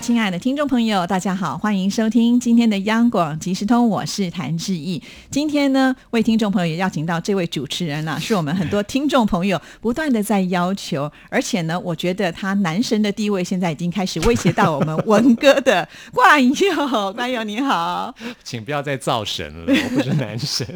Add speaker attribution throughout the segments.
Speaker 1: 亲爱的听众朋友，大家好，欢迎收听今天的央广即时通，我是谭志毅。今天呢，为听众朋友也邀请到这位主持人了、是我们很多听众朋友不断的在要求，而且呢，我觉得他男神的地位现在已经开始威胁到我们文哥的 冠佑，冠佑你好，
Speaker 2: 请不要再造神了，我不是男 神，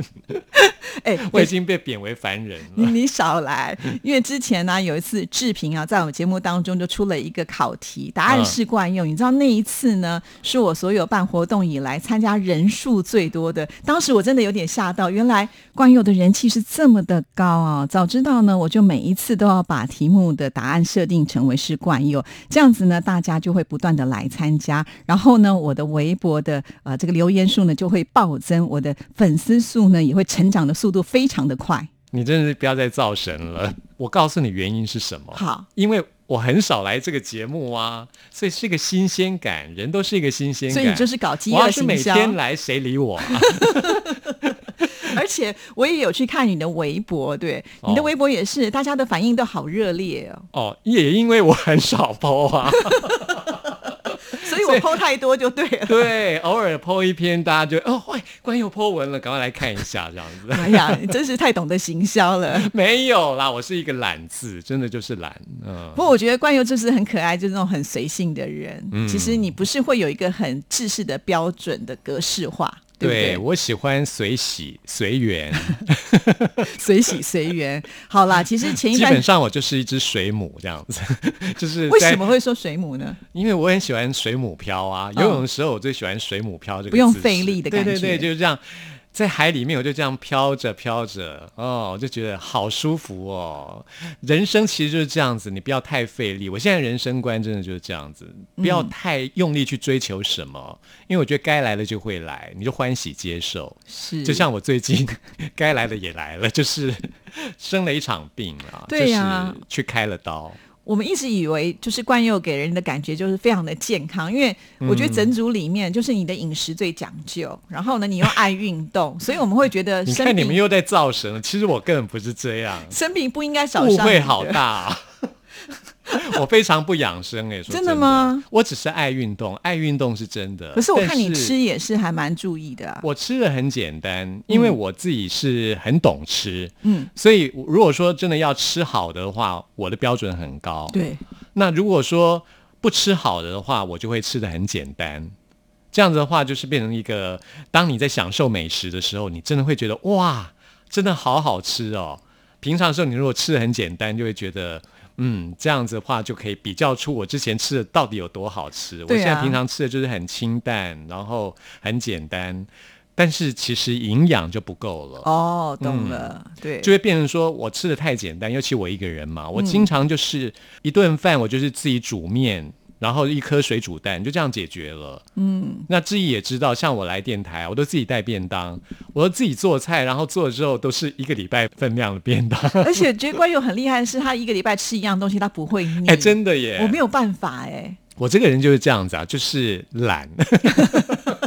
Speaker 1: 哎，
Speaker 2: 我已经被贬为凡人
Speaker 1: 你
Speaker 2: 了。
Speaker 1: 你少来，因为之前呢、有一次志平啊，在我们节目当中就出了一个考题，答案是惯用。你知道那一次呢，是我所有办活动以来参加人数最多的。当时我真的有点吓到，原来惯用的人气是这么的高啊！早知道呢，我就每一次都要把题目的答案设定成为是惯用，这样子呢，大家就会不断的来参加，然后呢，我的微博的呃这个留言数呢就会暴增，我的粉丝数呢也会成长的速度非常的快。
Speaker 2: 你真的是不要再造神了。我告诉你原因是什么。
Speaker 1: 好。
Speaker 2: 因为我很少来这个节目啊，所以是一个新鲜感，人都是一个新鲜感。
Speaker 1: 所以你就是搞饥
Speaker 2: 我
Speaker 1: 饿
Speaker 2: 要是
Speaker 1: 营
Speaker 2: 每
Speaker 1: 销，
Speaker 2: 天来，谁理我啊？
Speaker 1: 而且我也有去看你的微博，对，你的
Speaker 2: 哦
Speaker 1: 微博也是，大家的反应都好热烈哦，
Speaker 2: 哦，也因为我很少 PO 啊，
Speaker 1: 所以我
Speaker 2: 所以
Speaker 1: PO 太多就对了。
Speaker 2: 对，偶尔 PO 一篇，大家就哦，喂，关于 PO 文了，赶快来看一下，这样子。
Speaker 1: 哎呀，你真是太懂得行销了。
Speaker 2: 没有啦，我是一个懒字，真的就是懒。嗯、
Speaker 1: 不过我觉得冠佑就是很可爱，就是那种很随性的人。
Speaker 2: 嗯
Speaker 1: 其实你不是会有一个很制式的标准的格式化，对不对？
Speaker 2: 我喜欢随喜随缘，
Speaker 1: 随喜随缘。好啦，其实前一
Speaker 2: 基
Speaker 1: 段
Speaker 2: 本上我就是一只水母这样子， 就是
Speaker 1: 为
Speaker 2: 在
Speaker 1: 什么会说水母呢？
Speaker 2: 因为我很喜欢水母漂啊，
Speaker 1: 嗯
Speaker 2: 游泳的时候我最喜欢水母漂这个
Speaker 1: 不用
Speaker 2: 姿势
Speaker 1: 费力的感觉
Speaker 2: 对对对，就是这样，在海里面我就这样飘着飘着，哦，我就觉得好舒服哦。人生其实就是这样子，你不要太费力。我现在人生观真的就是这样子，
Speaker 1: 嗯
Speaker 2: 不要太用力去追求什么，因为我觉得该来的就会来，你就欢喜接受。
Speaker 1: 是
Speaker 2: 就像我最近 该来的也来了，就是生了一场病啊，
Speaker 1: 对呀
Speaker 2: 就是去开了刀。
Speaker 1: 我们一直以为就是冠佑给人的感觉就是非常的健康，因为我觉得整组里面就是你的饮食最讲究，然后呢你又爱运 动，所以我们会觉得
Speaker 2: 你
Speaker 1: 生
Speaker 2: 看你们
Speaker 1: 病
Speaker 2: 又在造神了，其实我根本不是这样，
Speaker 1: 生病不应该少
Speaker 2: 误
Speaker 1: 上你
Speaker 2: 会
Speaker 1: 的
Speaker 2: 好大、啊。 我非常不养生哎、说
Speaker 1: 真
Speaker 2: 真
Speaker 1: 的吗？
Speaker 2: 我只是爱运动，爱运动是真的。
Speaker 1: 可是我
Speaker 2: 但
Speaker 1: 看你吃，也是还蛮注意的、啊，
Speaker 2: 我吃的很简单，因为我自己是很懂吃，
Speaker 1: 嗯，
Speaker 2: 所以如果说真的要吃好的话，我的标准很高。
Speaker 1: 对，
Speaker 2: 那如果说不吃好的的话，我就会吃的很简单。这样子的话，就是变成一个，当你在享受美食的时候，你真的会觉得哇，真的好好吃哦。平常的时候，你如果吃的很简单，就会觉得，嗯，这样子的话就可以比较出我之前吃的到底有多好吃。我
Speaker 1: 对啊
Speaker 2: 现在平常吃的就是很清淡，然后很简单，但是其实营养就不够了。
Speaker 1: 哦，懂了，对，
Speaker 2: 嗯就会变成说我吃的太简单，尤其我一个人
Speaker 1: 嗯
Speaker 2: 嘛，我经常就是一顿饭，我就是自己煮面。然后一颗水煮蛋就这样解决了。嗯，那志毅也知道，像我来电台，我都自己带便当，我都自己做菜，然后做了之后都是一个礼拜分量的便当。
Speaker 1: 而且觉得冠佑很厉害的是，他一个礼拜吃一样东西，他不会腻，
Speaker 2: 哎，真的耶！
Speaker 1: 我没有办法 哎、
Speaker 2: 我这个人就是这样子啊，就是懒。
Speaker 1: 怎么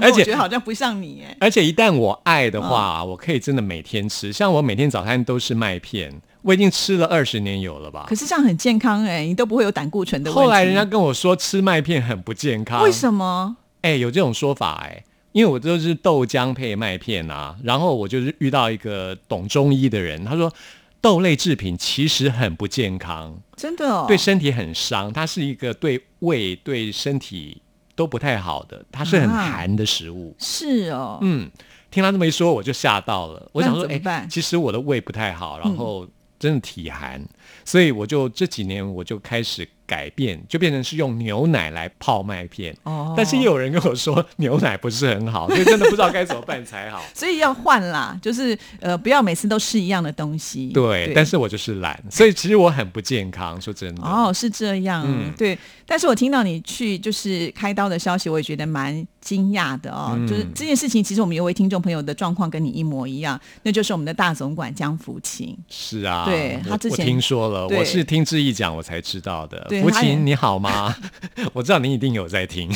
Speaker 2: 而
Speaker 1: 我
Speaker 2: 且
Speaker 1: 觉得好像不像你哎、
Speaker 2: 而且一旦我爱的话，
Speaker 1: 嗯
Speaker 2: 我可以真的每天吃。像我每天早餐都是麦片，我已经吃了二十年有了吧
Speaker 1: 可。是这样很健康哎、你都不会有胆固醇的问题。
Speaker 2: 后来人家跟我说吃麦片很不健康，
Speaker 1: 为什么？
Speaker 2: 哎、有这种说法哎、因为我就是豆浆配麦片啊，然后我就是遇到一个懂中医的人，他说豆类制品其实很不健康，
Speaker 1: 真的哦，
Speaker 2: 对身体很伤，它是一个对胃、对身体都不太好的，它是很
Speaker 1: 啊
Speaker 2: 寒的食物。
Speaker 1: 是哦，
Speaker 2: 嗯，听他这么一说，我就吓到了。我想说，
Speaker 1: 那怎
Speaker 2: 哎、
Speaker 1: 么办嗯
Speaker 2: 其实我的胃不太好，然后真的体寒，所以我就这几年我就开始改变，就变成是用牛奶来泡麦片。
Speaker 1: 哦
Speaker 2: 但是也有人跟我说牛奶不是很好，所以 真的不知道该怎么办才 好。
Speaker 1: 所以要换啦，就是呃，不要每次都吃一样的东西。
Speaker 2: 对，但是我就是懒，所以其实我很不健康。说真的，
Speaker 1: 哦，是这样，
Speaker 2: 嗯
Speaker 1: 对。但是我听到你去就是开刀的消息，我也觉得蛮惊讶的哦，
Speaker 2: 嗯
Speaker 1: 就是这件事情，其实我们有位听众朋友的状况跟你一模一样，那就是我们的大总管江福琴。
Speaker 2: 是啊，
Speaker 1: 对
Speaker 2: 我
Speaker 1: 他之前
Speaker 2: 我听说了，
Speaker 1: 对
Speaker 2: 我是听志毅讲我才知道的。
Speaker 1: 对
Speaker 2: 福
Speaker 1: 他也
Speaker 2: 琴你好吗？ 我知道你一定有在听。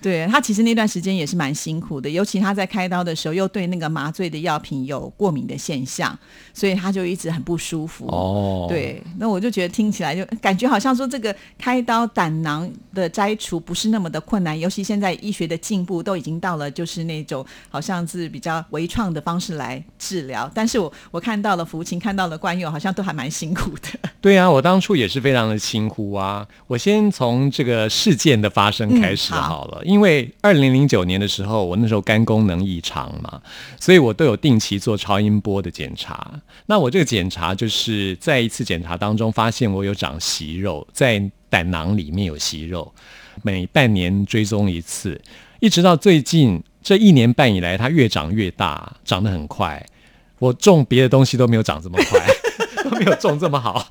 Speaker 1: 对他其实那段时间也是蛮辛苦的，尤其他在开刀的时候又对那个麻醉的药品有过敏的现象，所以他就一直很不舒服。
Speaker 2: 哦，
Speaker 1: 对，那我就觉得听起来就感觉好像说这个开刀胆囊的摘除不是那么的困难，尤其现在医学的进步都已经到了就是那种好像是比较微创的方式来治疗，但是我我看到了福琴，看到了冠佑，好像都还蛮辛苦的。
Speaker 2: 对啊，我当初也是非常的轻忽啊。我先从这个事件的发生开始
Speaker 1: 嗯好
Speaker 2: 好了，因为二零零九年的时候，我那时候肝功能异常嘛，所以我都有定期做超音波的检查。那我这个检查就是在一次检查当中发现我有长息肉，在胆囊里面有息肉，每半年追踪一次，一直到最近这一年半以来，它越长越大，长得很快。我种别的东西都没有长这么快， 都没有种这么好。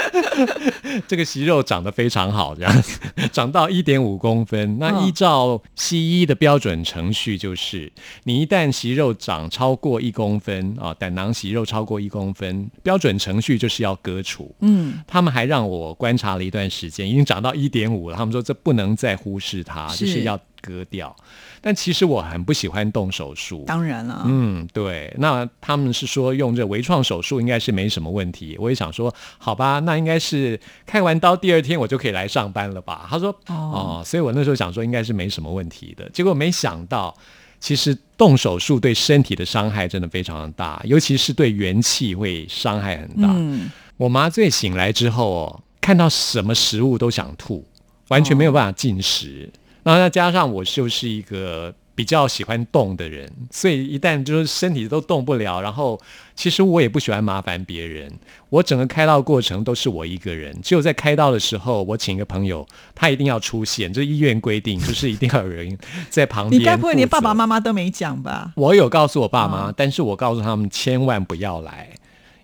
Speaker 2: 这个息肉长得非常好，这样子长到一点五公分。那
Speaker 1: 嗯
Speaker 2: 依照西医的标准程序，就是你一旦息肉长超过一公分啊，胆囊息肉超过一公分，标准程序就是要割除。
Speaker 1: 嗯，
Speaker 2: 他们还让我观察了一段时间，已经长到一点五了。他们说这不能再忽视它，
Speaker 1: 是
Speaker 2: 就是要割掉。但其实我很不喜欢动手术，
Speaker 1: 当然了，
Speaker 2: 嗯，对，那他们是说用这微创手术应该是没什么问题。我也想说，好吧，那应该是开完刀第二天我就可以来上班了吧？他说，
Speaker 1: 哦
Speaker 2: 哦、所以我那时候想说应该是没什么问题的。结果没想到，其实动手术对身体的伤害真的非常的大，尤其是对元气会伤害很大。
Speaker 1: 嗯，
Speaker 2: 我麻醉醒来之后哦，看到什么食物都想吐，完全没有办法进食。然后再加上我就是一个比较喜欢动的人，所以一旦就是身体都动不了，然后其实我也不喜欢麻烦别人。我整个开刀过程都是我一个人，只有在开刀的时候，我请一个朋友，他一定要出现，这医院规定就是一定要有人在旁边。
Speaker 1: 你该不会连爸爸妈妈都没讲吧？
Speaker 2: 我有告诉我爸
Speaker 1: 嗯
Speaker 2: 妈，但是我告诉他们千万不要来，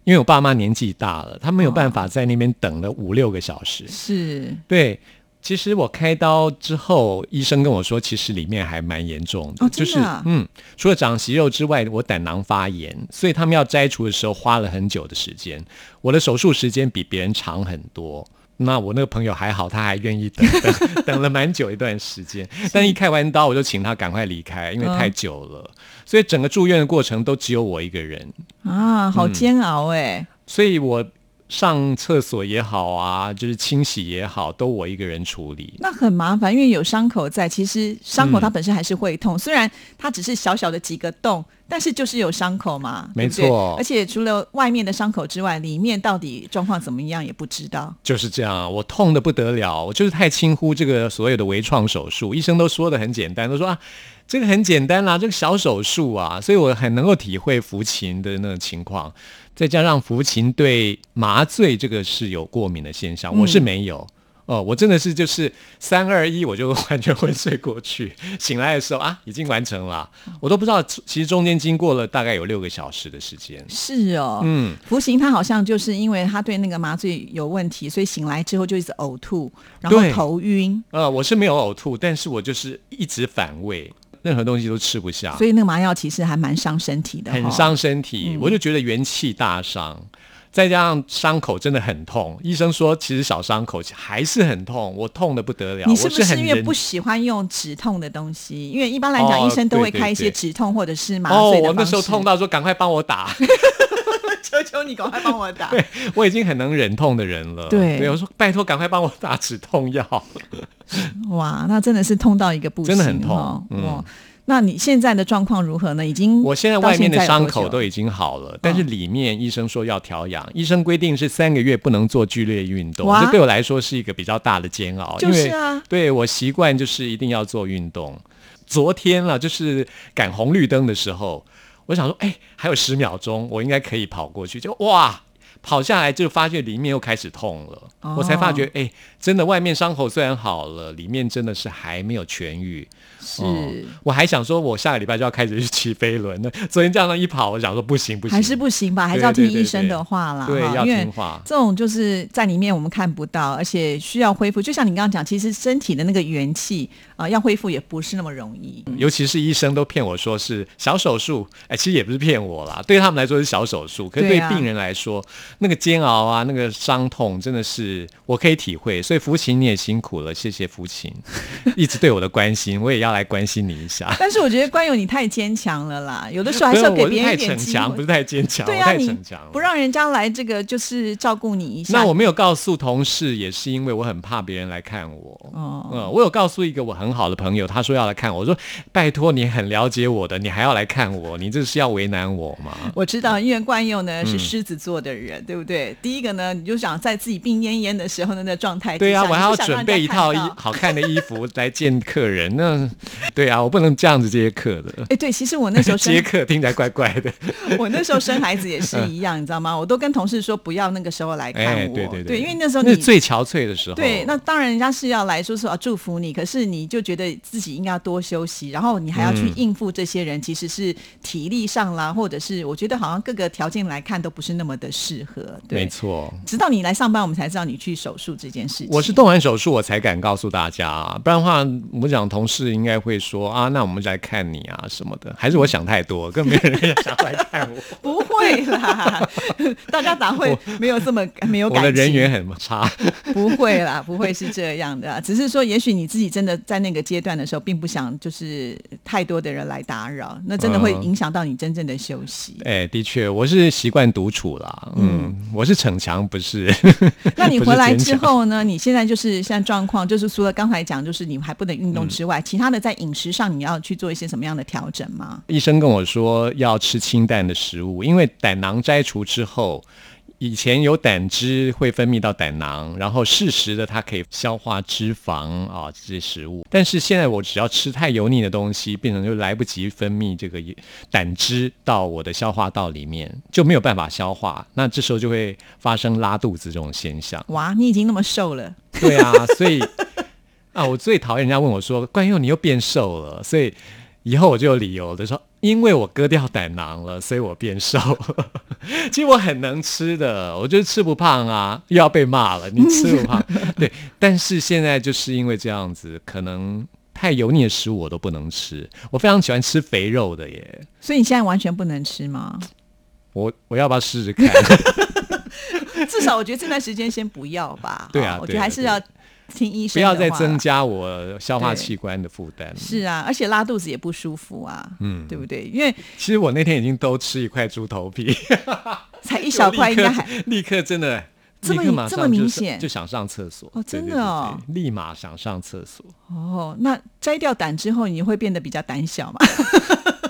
Speaker 2: 因为我爸妈年纪大了，他没有办法在那边等了五六个小时。
Speaker 1: 哦是，
Speaker 2: 对，其实我开刀之后，医生跟我说，其实里面还蛮严重的，
Speaker 1: 哦
Speaker 2: 就
Speaker 1: 真
Speaker 2: 是
Speaker 1: 的啊
Speaker 2: 嗯，除了长息肉之外，我胆囊发炎，所以他们要摘除的时候花了很久的时间，我的手术时间比别人长很多。那我那个朋友还好，他还愿意等等， 等了蛮久一段时间。但一开完刀，我就请他赶快离开，因为太久了。所以整个住院的过程都只有我一个人。
Speaker 1: 啊，
Speaker 2: 嗯
Speaker 1: 好煎熬哎、
Speaker 2: 所以我上厕所也好啊，就是清洗也好，都我一个人处理。
Speaker 1: 那很麻烦，因为有伤口在，其实伤
Speaker 2: 嗯
Speaker 1: 口它本身还是会痛，虽然它只是小小的几个洞，但是就是有伤口嘛，
Speaker 2: 没
Speaker 1: 对不对
Speaker 2: 错
Speaker 1: 而且除了外面的伤口之外，里面到底状况怎么样也不知道。
Speaker 2: 就是这样啊，我痛的不得了，我就是太轻忽这个所有的微创手术，医生都说的很简单，都说啊，这个很简单啦、这个小手术啊，所以我很能够体会福琴的那种情况。再加上福琴对麻醉这个是有过敏的现象，我是没有。哦，我真的是就是三二一，我就完全昏睡过去。 醒来的时候啊，已经完成了，我都不知道，其实中间经过了大概有六个小时的时间。
Speaker 1: 是哦，
Speaker 2: 嗯，
Speaker 1: 福行他好像就是因为他对那个麻醉有问题，所以醒来之后就一直呕吐，然后
Speaker 2: 对
Speaker 1: 头晕，
Speaker 2: 呃，我是没有呕吐，但是我就是一直反胃，任何东西都吃不下，
Speaker 1: 所以那个哦嗯麻药其实还蛮伤身体的、
Speaker 2: 啊很。伤身体，我就觉得元气大伤。再加上伤口真的很痛，医生说其实小伤口还是很痛，我痛的不得了。
Speaker 1: 你是不
Speaker 2: 啊我是
Speaker 1: 是
Speaker 2: 很
Speaker 1: 因为
Speaker 2: 忍
Speaker 1: 不喜欢用止痛的东西？因为一般来讲，
Speaker 2: 哦
Speaker 1: 医生都会
Speaker 2: 对对
Speaker 1: 开一些
Speaker 2: 对
Speaker 1: 止痛或者是麻
Speaker 2: 哦
Speaker 1: 醉的方，式。
Speaker 2: 我那时候痛
Speaker 1: 到，
Speaker 2: 到说赶快帮我打，
Speaker 1: 求求你赶快帮我打。
Speaker 2: 我已经很能忍痛的人了。
Speaker 1: 对
Speaker 2: 我说拜托赶快帮我打止痛药。
Speaker 1: 哇，那真的是痛到一个不行，
Speaker 2: 真的很痛
Speaker 1: 哦
Speaker 2: 嗯
Speaker 1: 哇，那你现在的状况如何呢？已经
Speaker 2: 我现在外面的伤口
Speaker 1: 嗯到
Speaker 2: 都已经好
Speaker 1: 嗯
Speaker 2: 了，但是里面医生说要调养，医生规定是三个月不能做剧烈运动，
Speaker 1: 哇
Speaker 2: 这对我来说是一个比较大的煎熬，
Speaker 1: 就是
Speaker 2: 因为
Speaker 1: 啊
Speaker 2: 对我习惯就是一定要做运动。昨天了，就是赶红绿灯的时候，我想说，哎，还有十秒钟，我应该可以跑过去，就哇。跑下来就发觉里面又开始痛了，
Speaker 1: 哦
Speaker 2: 我才发觉，哎、真的外面伤口虽然好了，里面真的是还没有痊愈。
Speaker 1: 是、
Speaker 2: 哦我还想说，我下个礼拜就要开始去骑飞轮 了。昨天这样一跑，我想说不行不行，
Speaker 1: 还是不行吧，还是要听医生的话啦，
Speaker 2: 对，
Speaker 1: 哈
Speaker 2: 要
Speaker 1: 因
Speaker 2: 听
Speaker 1: 为。
Speaker 2: 话。
Speaker 1: 这种就是在里面我们看不到，而且需要恢复。就像你刚刚讲，其实身体的那个元气，啊，要恢复也不是那么容易。
Speaker 2: 尤其是医生都骗我说是小手术，哎，其实也不是骗我啦，对他们来说是小手术，可是
Speaker 1: 对
Speaker 2: 对
Speaker 1: 啊
Speaker 2: 病人来说，那个煎熬啊，那个伤痛真的是我可以体会。所以福琴你也辛苦了，谢谢福琴， 一直对我的关心，我也要来关心你一下。
Speaker 1: 但是我觉得关友你太坚强 了啦， 有的时候还
Speaker 2: 没
Speaker 1: 是
Speaker 2: 有
Speaker 1: 要给
Speaker 2: 我是
Speaker 1: 别人
Speaker 2: 太
Speaker 1: 一点
Speaker 2: 逞
Speaker 1: 机
Speaker 2: 强，不
Speaker 1: 会
Speaker 2: 是。太坚强，
Speaker 1: 对
Speaker 2: 我
Speaker 1: 啊，
Speaker 2: 太
Speaker 1: 你
Speaker 2: 逞强了。
Speaker 1: 不让人家来这个就是照顾你一下。
Speaker 2: 那我没有告诉同事，也是因为我很怕别人来看我。
Speaker 1: 哦
Speaker 2: 嗯，我有告诉一个我很好的朋友，他说要来看我，我说拜托你很了解我的，你还要来看我，你这是要为难我吗？
Speaker 1: 我知道，因为冠佑
Speaker 2: 嗯
Speaker 1: 呢是狮子座的人，对不对？第一个呢，你就想在自己病恹恹的时候呢，那状态
Speaker 2: 对
Speaker 1: 呀、
Speaker 2: 啊，我还要
Speaker 1: 你不想让
Speaker 2: 准备一
Speaker 1: 人家看
Speaker 2: 套衣
Speaker 1: 到
Speaker 2: 好看的衣服来见客人，那对啊，我不能这样子接客的。
Speaker 1: 哎，对，其实我那时 候生
Speaker 2: 接客听起来怪怪的，
Speaker 1: 我那时候生孩子也是一样，你知道吗？我都跟同事说不要那个时候来看我，
Speaker 2: 嗯哎，对对
Speaker 1: 因为那时候
Speaker 2: 那
Speaker 1: 你
Speaker 2: 是最憔悴的时候。
Speaker 1: 对，那当然人家是要来说说啊祝福你，可是你就觉得自己应该要多休息，然后你还要
Speaker 2: 嗯
Speaker 1: 去应付这些人，其实是体力上啦，或者是我觉得好像各个条件来看都不是那么的适合，
Speaker 2: 没
Speaker 1: 对。
Speaker 2: 错，
Speaker 1: 直到你来上班，我们才知道你去手术这件事情。
Speaker 2: 我是动完手术我才敢告诉大家、不然的话，我们讲同事应该会说啊，那我们来看你啊什么的，还是我想太多，根本没有人想来看我。
Speaker 1: 不会啦，大家哪会没有这么没有
Speaker 2: 我
Speaker 1: 感
Speaker 2: 的
Speaker 1: 情？
Speaker 2: 人缘很差，
Speaker 1: 不会啦，不会是这样的啊、只是说，也许你自己真的在那个阶段的时候，并不想就是太多的人来打扰，那真的会
Speaker 2: 嗯
Speaker 1: 影响到你真正的休息。
Speaker 2: 哎，的确，我是习惯独处啦，嗯，我是逞强，不是，
Speaker 1: 那你
Speaker 2: 不是
Speaker 1: 回来
Speaker 2: 坚
Speaker 1: 之
Speaker 2: 强
Speaker 1: 后 呢？你现在就是现在状况，就是除了刚才讲，就是你还不能运动之
Speaker 2: 嗯
Speaker 1: 外，其他的在饮食上你要去做一些什么样的调整吗？
Speaker 2: 医生跟我说要吃清淡的食物，因为胆囊摘除之后，以前有胆汁会分泌到胆囊，然后适时的它可以消化脂肪啊这些食物。但是现在我只要吃太油腻的东西，变成就来不及分泌这个胆汁到我的消化道里面，就没有办法消化。那这时候就会发生拉肚子这种现象。
Speaker 1: 哇，你已经那么瘦了，
Speaker 2: 对啊，所以啊，我最讨厌人家问我说：“冠佑，你又变瘦了。”所以以后我就有理由的说：“因为我割掉胆囊了，所以我变瘦。” 其实我很能吃的，我就是吃不胖啊，又要被骂了。你吃不胖， 对，但是现在就是因为这样子，可能。太油腻的食物我都不能吃，我非常喜欢吃肥肉的耶。
Speaker 1: 所以你现在完全不能吃吗？
Speaker 2: 我我要不要试试看？
Speaker 1: 至少我觉得这段时间先不要吧。
Speaker 2: 对啊
Speaker 1: 我觉
Speaker 2: 对
Speaker 1: 得
Speaker 2: 啊
Speaker 1: 还是
Speaker 2: 对
Speaker 1: 要听医
Speaker 2: 不
Speaker 1: 生的
Speaker 2: 要
Speaker 1: 话。
Speaker 2: 再增加我消化
Speaker 1: 对
Speaker 2: 器官的负担。
Speaker 1: 是啊，而且拉肚子也不舒服啊，嗯，对不对？因为
Speaker 2: 其实我那天已经都吃一块猪头皮，
Speaker 1: 才一小块，应该还
Speaker 2: 就立刻立刻真的
Speaker 1: 这么
Speaker 2: 立刻马上
Speaker 1: 这么明
Speaker 2: 就
Speaker 1: 显
Speaker 2: 就想上厕所
Speaker 1: 哦真的哦
Speaker 2: 对对对对立马想上厕所。
Speaker 1: 哦。那摘掉胆之后，你会变得比较胆小吗？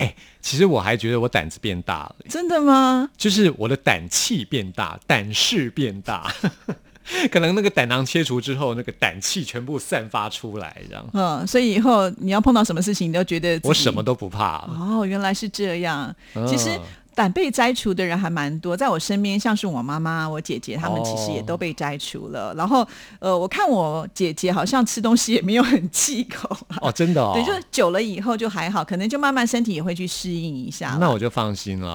Speaker 2: 哎其实我还觉得我胆子变大了，
Speaker 1: 真的吗？
Speaker 2: 就是我的胆气变大，胆识变大。 可能那个胆囊切除之后，那个胆气全部散发出来，这样
Speaker 1: 嗯，所以以后你要碰到什么事情，你都觉得自己
Speaker 2: 我什么都不怕 了。
Speaker 1: 哦，原来是这样。
Speaker 2: 嗯
Speaker 1: 其实胆被摘除的人还蛮多，在我身边，像是我妈妈、我姐姐，她
Speaker 2: 哦
Speaker 1: 们其实也都被摘除了。然后，呃，我看我姐姐好像吃东西也没有很忌口，
Speaker 2: 哦，真的哦，
Speaker 1: 对，就是久了以后就还好，可能就慢慢身体也会去适应一下啦。
Speaker 2: 那我就放心 了，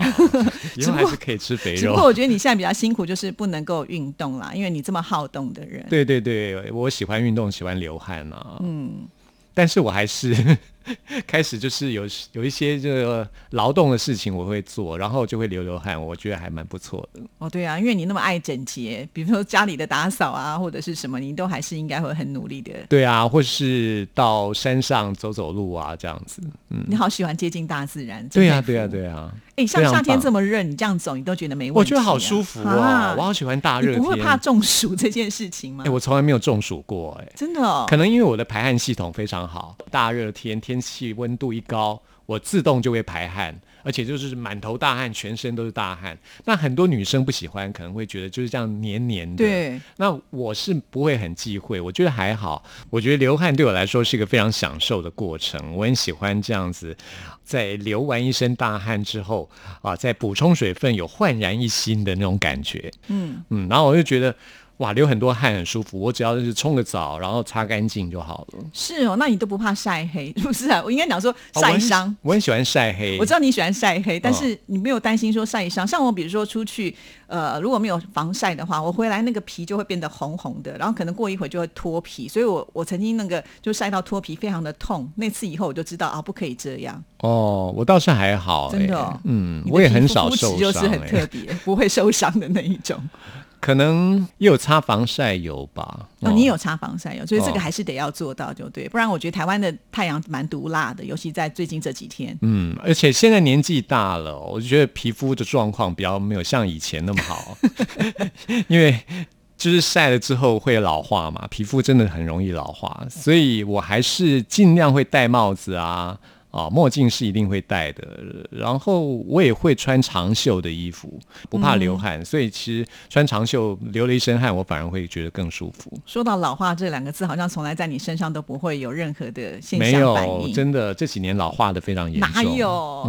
Speaker 2: 以后还是可以吃肥
Speaker 1: 只
Speaker 2: 肉
Speaker 1: 不。过我觉得你现在比较辛苦，就是不能够运动啦， 因为你这么好动的人。
Speaker 2: 对对对，我喜欢运动，喜欢流汗啊。嗯，但是我还是 开始就是有有一些这个劳动的事情我会做，然后就会流流汗，我觉得还蛮不错的。
Speaker 1: 哦，对啊，因为你那么爱整洁，比如说家里的打扫啊，或者是什么，你都还是应该会很努力的。
Speaker 2: 对啊，或是到山上走走路啊，这样子。
Speaker 1: 你好喜欢接近大自然。
Speaker 2: 对
Speaker 1: 呀、
Speaker 2: 啊，对啊，。对啊，
Speaker 1: 哎，像
Speaker 2: 非常
Speaker 1: 夏天
Speaker 2: 棒
Speaker 1: 这么热，你这样走你都觉得没问题、啊，
Speaker 2: 我觉得好舒服哦，
Speaker 1: 啊
Speaker 2: 我好喜欢大
Speaker 1: 你
Speaker 2: 热
Speaker 1: 不会
Speaker 2: 天。
Speaker 1: 怕中暑这件事情吗？
Speaker 2: 哎，我从来没有中暑过哎、
Speaker 1: 真的哦
Speaker 2: 可，能因为我的排汗系统非常好，大热天天气温度一高，我自动就会排汗，而且就是满头大汗，全身都是大汗。那很多女生不喜欢，可能会觉得就是这样黏黏的。，
Speaker 1: 对，
Speaker 2: 那我是不会很忌讳，我觉得还好。我觉得流汗对我来说是一个非常享受的过程，我很喜欢这样子，在流完一身大汗之后啊，再补充水分，有焕然一新的那种感觉。嗯嗯，然后我就觉得。哇，流很多汗很舒服，我只要就是冲个澡，然后擦干净就好了。
Speaker 1: 是哦，那你都不怕晒黑？ 不是啊，我应该讲说
Speaker 2: 哦
Speaker 1: 晒
Speaker 2: 我
Speaker 1: 伤。
Speaker 2: 很，我很喜欢晒黑。
Speaker 1: 我知道你喜欢晒黑，但是你没有担心说晒伤。像我，比如说出去，呃，如果没有防晒的话，我回来那个皮就会变得红红的，然后可能过一会儿就会脱皮。所以我我曾经那个就晒到脱皮，非常的痛。那次以后我就知道啊，不可以这样，
Speaker 2: 哦，我倒是还好、欸，
Speaker 1: 真的哦
Speaker 2: 嗯
Speaker 1: 你，的
Speaker 2: 我也
Speaker 1: 皮
Speaker 2: 很
Speaker 1: 肤
Speaker 2: 少
Speaker 1: 肤质
Speaker 2: 受
Speaker 1: 就是
Speaker 2: 伤、
Speaker 1: 很
Speaker 2: 欸
Speaker 1: 特，别，不会受伤的那一种。
Speaker 2: 可能也有擦防晒油吧。
Speaker 1: 哦，你有擦防晒油，所以这
Speaker 2: 哦
Speaker 1: 个还是得要做到，就对。不然我觉得台湾的太阳蛮毒辣的，尤其在最近这几天。
Speaker 2: 嗯，而且现在年纪大了，我就觉得皮肤的状况比较没有像以前那么好， 因为就是晒了之后会老化嘛，皮肤真的很容易老化，所以我还是尽量会戴帽子啊，啊，墨镜是一定会戴的，然后我也会穿长袖的衣服，不怕流汗，
Speaker 1: 嗯
Speaker 2: 所以其实穿长袖流了一身汗，我反而会觉得更舒服。
Speaker 1: 说到老化这两个字，好像从来在你身上都不会有任何的现
Speaker 2: 没
Speaker 1: 象反
Speaker 2: 有，
Speaker 1: 应。
Speaker 2: 真的这几年老化的非常严重。嗯
Speaker 1: 哪有？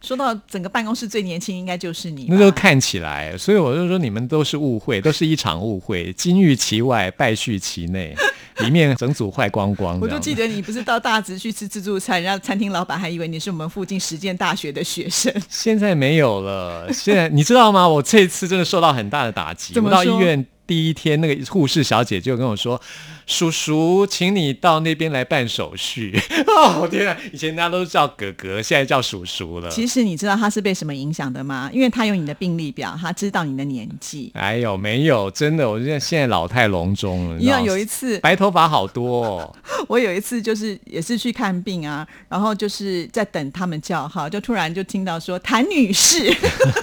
Speaker 1: 说到整个办公室最年轻，应该就是你吧。
Speaker 2: 那就看起来，所以我就说你们都是误会，都是一场误会，金玉其外，败絮其内，里面整组坏光光
Speaker 1: 我
Speaker 2: 这
Speaker 1: 就
Speaker 2: 样
Speaker 1: 记
Speaker 2: 子。
Speaker 1: 得你不是到大直去吃自助餐，人家餐厅老板还以为你是我们附近实践大学的学 生。
Speaker 2: 现在没有了，现在你知道吗？我这次真的受到很大的打击。
Speaker 1: 怎么
Speaker 2: 我到医
Speaker 1: 说
Speaker 2: 院第一天，那个护士小姐就跟我说：“叔叔，请你到那边来办手续。” 哦，天啊！以前大家都叫哥哥，现在叫叔叔了。
Speaker 1: 其实你知道他是被什么影响的吗？因为他有你的病历表，他知道你的年 纪。
Speaker 2: 哎呦，没有，真的，我现在现在老态龙钟了。
Speaker 1: 你
Speaker 2: 要
Speaker 1: 想有一次，
Speaker 2: 白头发好多、哦。
Speaker 1: 我有一次就是也是去看病啊，然后就是在等他们叫号，就突然就听到说谭女士，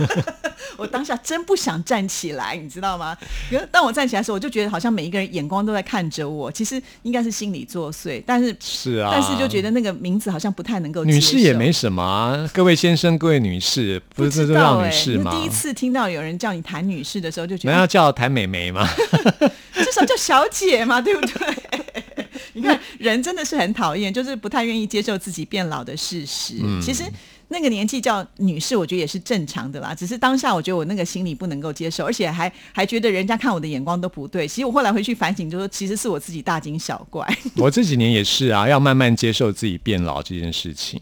Speaker 1: 我当下真不想站起来，你知道吗？可是当我站起来的时候，我就觉得好像每一个人眼光都在看着我，其实应该是心理作祟，但是。
Speaker 2: 是啊，
Speaker 1: 但是就觉得那个名字好像不太能够接受。
Speaker 2: 女士也没什么、啊，各位先生、各位女士，不
Speaker 1: 不
Speaker 2: 是这
Speaker 1: 知
Speaker 2: 都
Speaker 1: 道
Speaker 2: 叫
Speaker 1: 哎、
Speaker 2: 女士
Speaker 1: 因为
Speaker 2: 吗？
Speaker 1: 第一次听到有人叫你谭女士的时候，就觉
Speaker 2: 难
Speaker 1: 得
Speaker 2: 道叫谭美眉吗？
Speaker 1: 至少叫小姐嘛，对不对？ 你看，人真的是很讨厌，就是不太愿意接受自己变老的事实。
Speaker 2: 嗯
Speaker 1: 其实那个年纪叫女士，我觉得也是正常的啦。只是当下我觉得我那个心里不能够接受，而且还还觉得人家看我的眼光都不对。其实我后来回去反省，就说其实是我自己大惊小怪，
Speaker 2: 我这几年也是啊，要慢慢接受自己变老这件事情。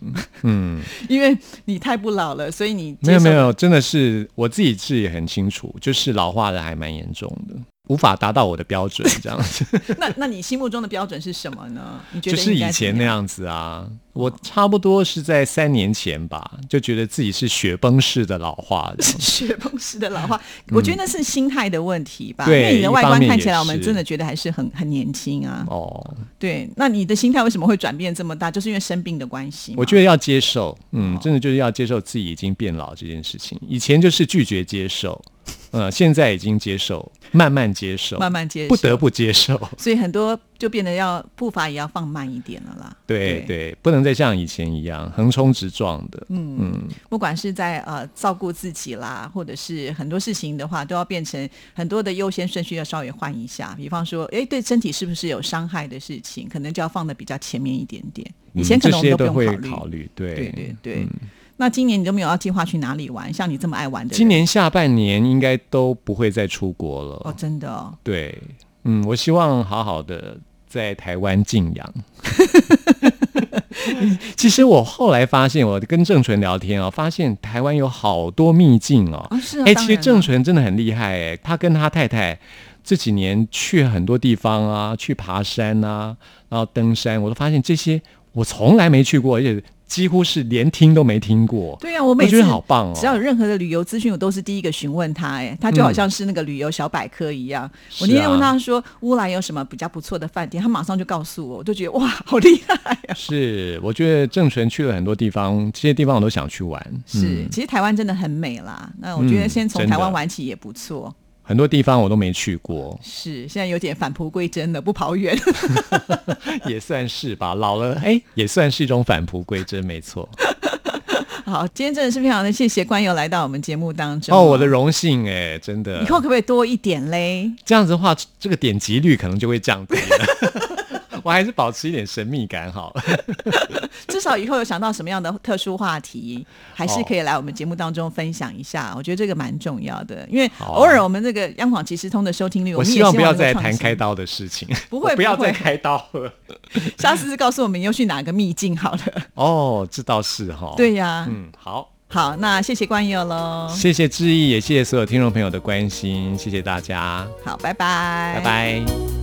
Speaker 1: 因为你太不老了，所以你接
Speaker 2: 没有
Speaker 1: 受
Speaker 2: 没有，真的是我自己自己也很清楚，就是老化的还蛮严重的，无法达到我的标准，这样 子
Speaker 1: 那那你心目中的标准是什么呢？你 觉
Speaker 2: 就
Speaker 1: 得
Speaker 2: 是
Speaker 1: 应
Speaker 2: 以
Speaker 1: 该怎
Speaker 2: 前那样子啊。我差不多是在三年前吧，就觉得自己是雪崩式的老化 这样
Speaker 1: 雪崩式的老化，我觉得那是心态的问题吧。
Speaker 2: 嗯对
Speaker 1: 因为你的外
Speaker 2: 一方
Speaker 1: 观
Speaker 2: 面
Speaker 1: 看起
Speaker 2: 也
Speaker 1: 来，我们
Speaker 2: 是
Speaker 1: 真的觉得还是很很年轻啊。
Speaker 2: 哦。
Speaker 1: 对，那你的心态为什么会转变这么大？就是因为生病的关系吗。哦
Speaker 2: 我觉得要接受，嗯，真的就是要接受自己已经变老这件事情。以前就是拒绝接受， 嗯，现在已经接受，慢慢接受，
Speaker 1: 慢慢接受，
Speaker 2: 不得不接受。
Speaker 1: 所以很多就变得要步伐也要放慢一点了啦。
Speaker 2: 对对不能再像以前一样横冲直撞的。嗯，
Speaker 1: 不管是在呃照顾自己啦，或者是很多事情的话，都要变成很多的优先顺序要稍微换一下。比方说，诶，对身体是不是有伤害的事情，可能就要放的比较前面一点点。以前可能
Speaker 2: 嗯
Speaker 1: 我
Speaker 2: 这
Speaker 1: 们
Speaker 2: 些
Speaker 1: 都不
Speaker 2: 会
Speaker 1: 用考
Speaker 2: 考
Speaker 1: 虑。
Speaker 2: 虑。对嗯
Speaker 1: 对对对。那今年你都没有要计划去哪里玩？像你这么爱玩的人，
Speaker 2: 今年下半年应该都不会再出国了。
Speaker 1: 哦，真的哦，
Speaker 2: 对，嗯，我希望好好的在台湾静养。其实我后来发现，我跟郑纯聊天哦，发现台湾有好多秘境哦。
Speaker 1: 啊是啊，
Speaker 2: 哎、
Speaker 1: 当
Speaker 2: 其实
Speaker 1: 然
Speaker 2: 郑
Speaker 1: 了
Speaker 2: 纯真的很厉害哎、他跟他太太这几年去很多地方啊，去爬山啊，然后登山，我都发现这些我从来没去过，而且几乎是连听都没听过。
Speaker 1: 对啊，我
Speaker 2: 我
Speaker 1: 每
Speaker 2: 觉
Speaker 1: 次
Speaker 2: 得好棒哦！
Speaker 1: 只要有任何的旅游资讯，我都是第一个询问他、哎，他就好像是那个旅游小百科一样。我那
Speaker 2: 是
Speaker 1: 天
Speaker 2: 啊
Speaker 1: 问他说乌来有什么比较不错的饭店，他马上就告诉我，我就觉得哇，好厉 害啊！
Speaker 2: 是，我觉得郑纯去了很多地方，这些地方我都想去玩。
Speaker 1: 是，其实台湾真的很美啦。那我觉得
Speaker 2: 嗯
Speaker 1: 先从
Speaker 2: 真的
Speaker 1: 台湾玩起也不错。，
Speaker 2: 很多地方我都没去过
Speaker 1: 是，现在有点返璞归真了，不跑远。
Speaker 2: 也算是吧。老了，哎、也算是一种返璞归真，没错。
Speaker 1: 好，今天真的是非常的谢谢官友来到我们节目当中。
Speaker 2: 哦，我的荣幸哎、真的
Speaker 1: 以。后可不可以多一点嘞？
Speaker 2: 这样子的话，这个点击率可能就会降低了。我还是保持一点神秘感好了。
Speaker 1: 至少以后有想到什么样的特殊话题，还是可以来我们节目当中分享一下。我觉得这个蛮重要的，因为
Speaker 2: 好啊
Speaker 1: 偶尔我们这个央广即时通的收听率，
Speaker 2: 我
Speaker 1: 们也
Speaker 2: 希望不要
Speaker 1: 能够
Speaker 2: 再
Speaker 1: 创
Speaker 2: 谈
Speaker 1: 新
Speaker 2: 开。刀的事情，
Speaker 1: 不会
Speaker 2: 我 不要
Speaker 1: 不会
Speaker 2: 再开刀 了。
Speaker 1: 下次告诉我们又去哪个秘境好了。
Speaker 2: 哦，这倒是哈。，
Speaker 1: 对呀、
Speaker 2: 嗯，好，
Speaker 1: 好，那谢谢关佑喽。
Speaker 2: 谢谢志毅，也谢谢所有听众朋友的关心，谢谢大家，
Speaker 1: 好，拜拜，
Speaker 2: 拜拜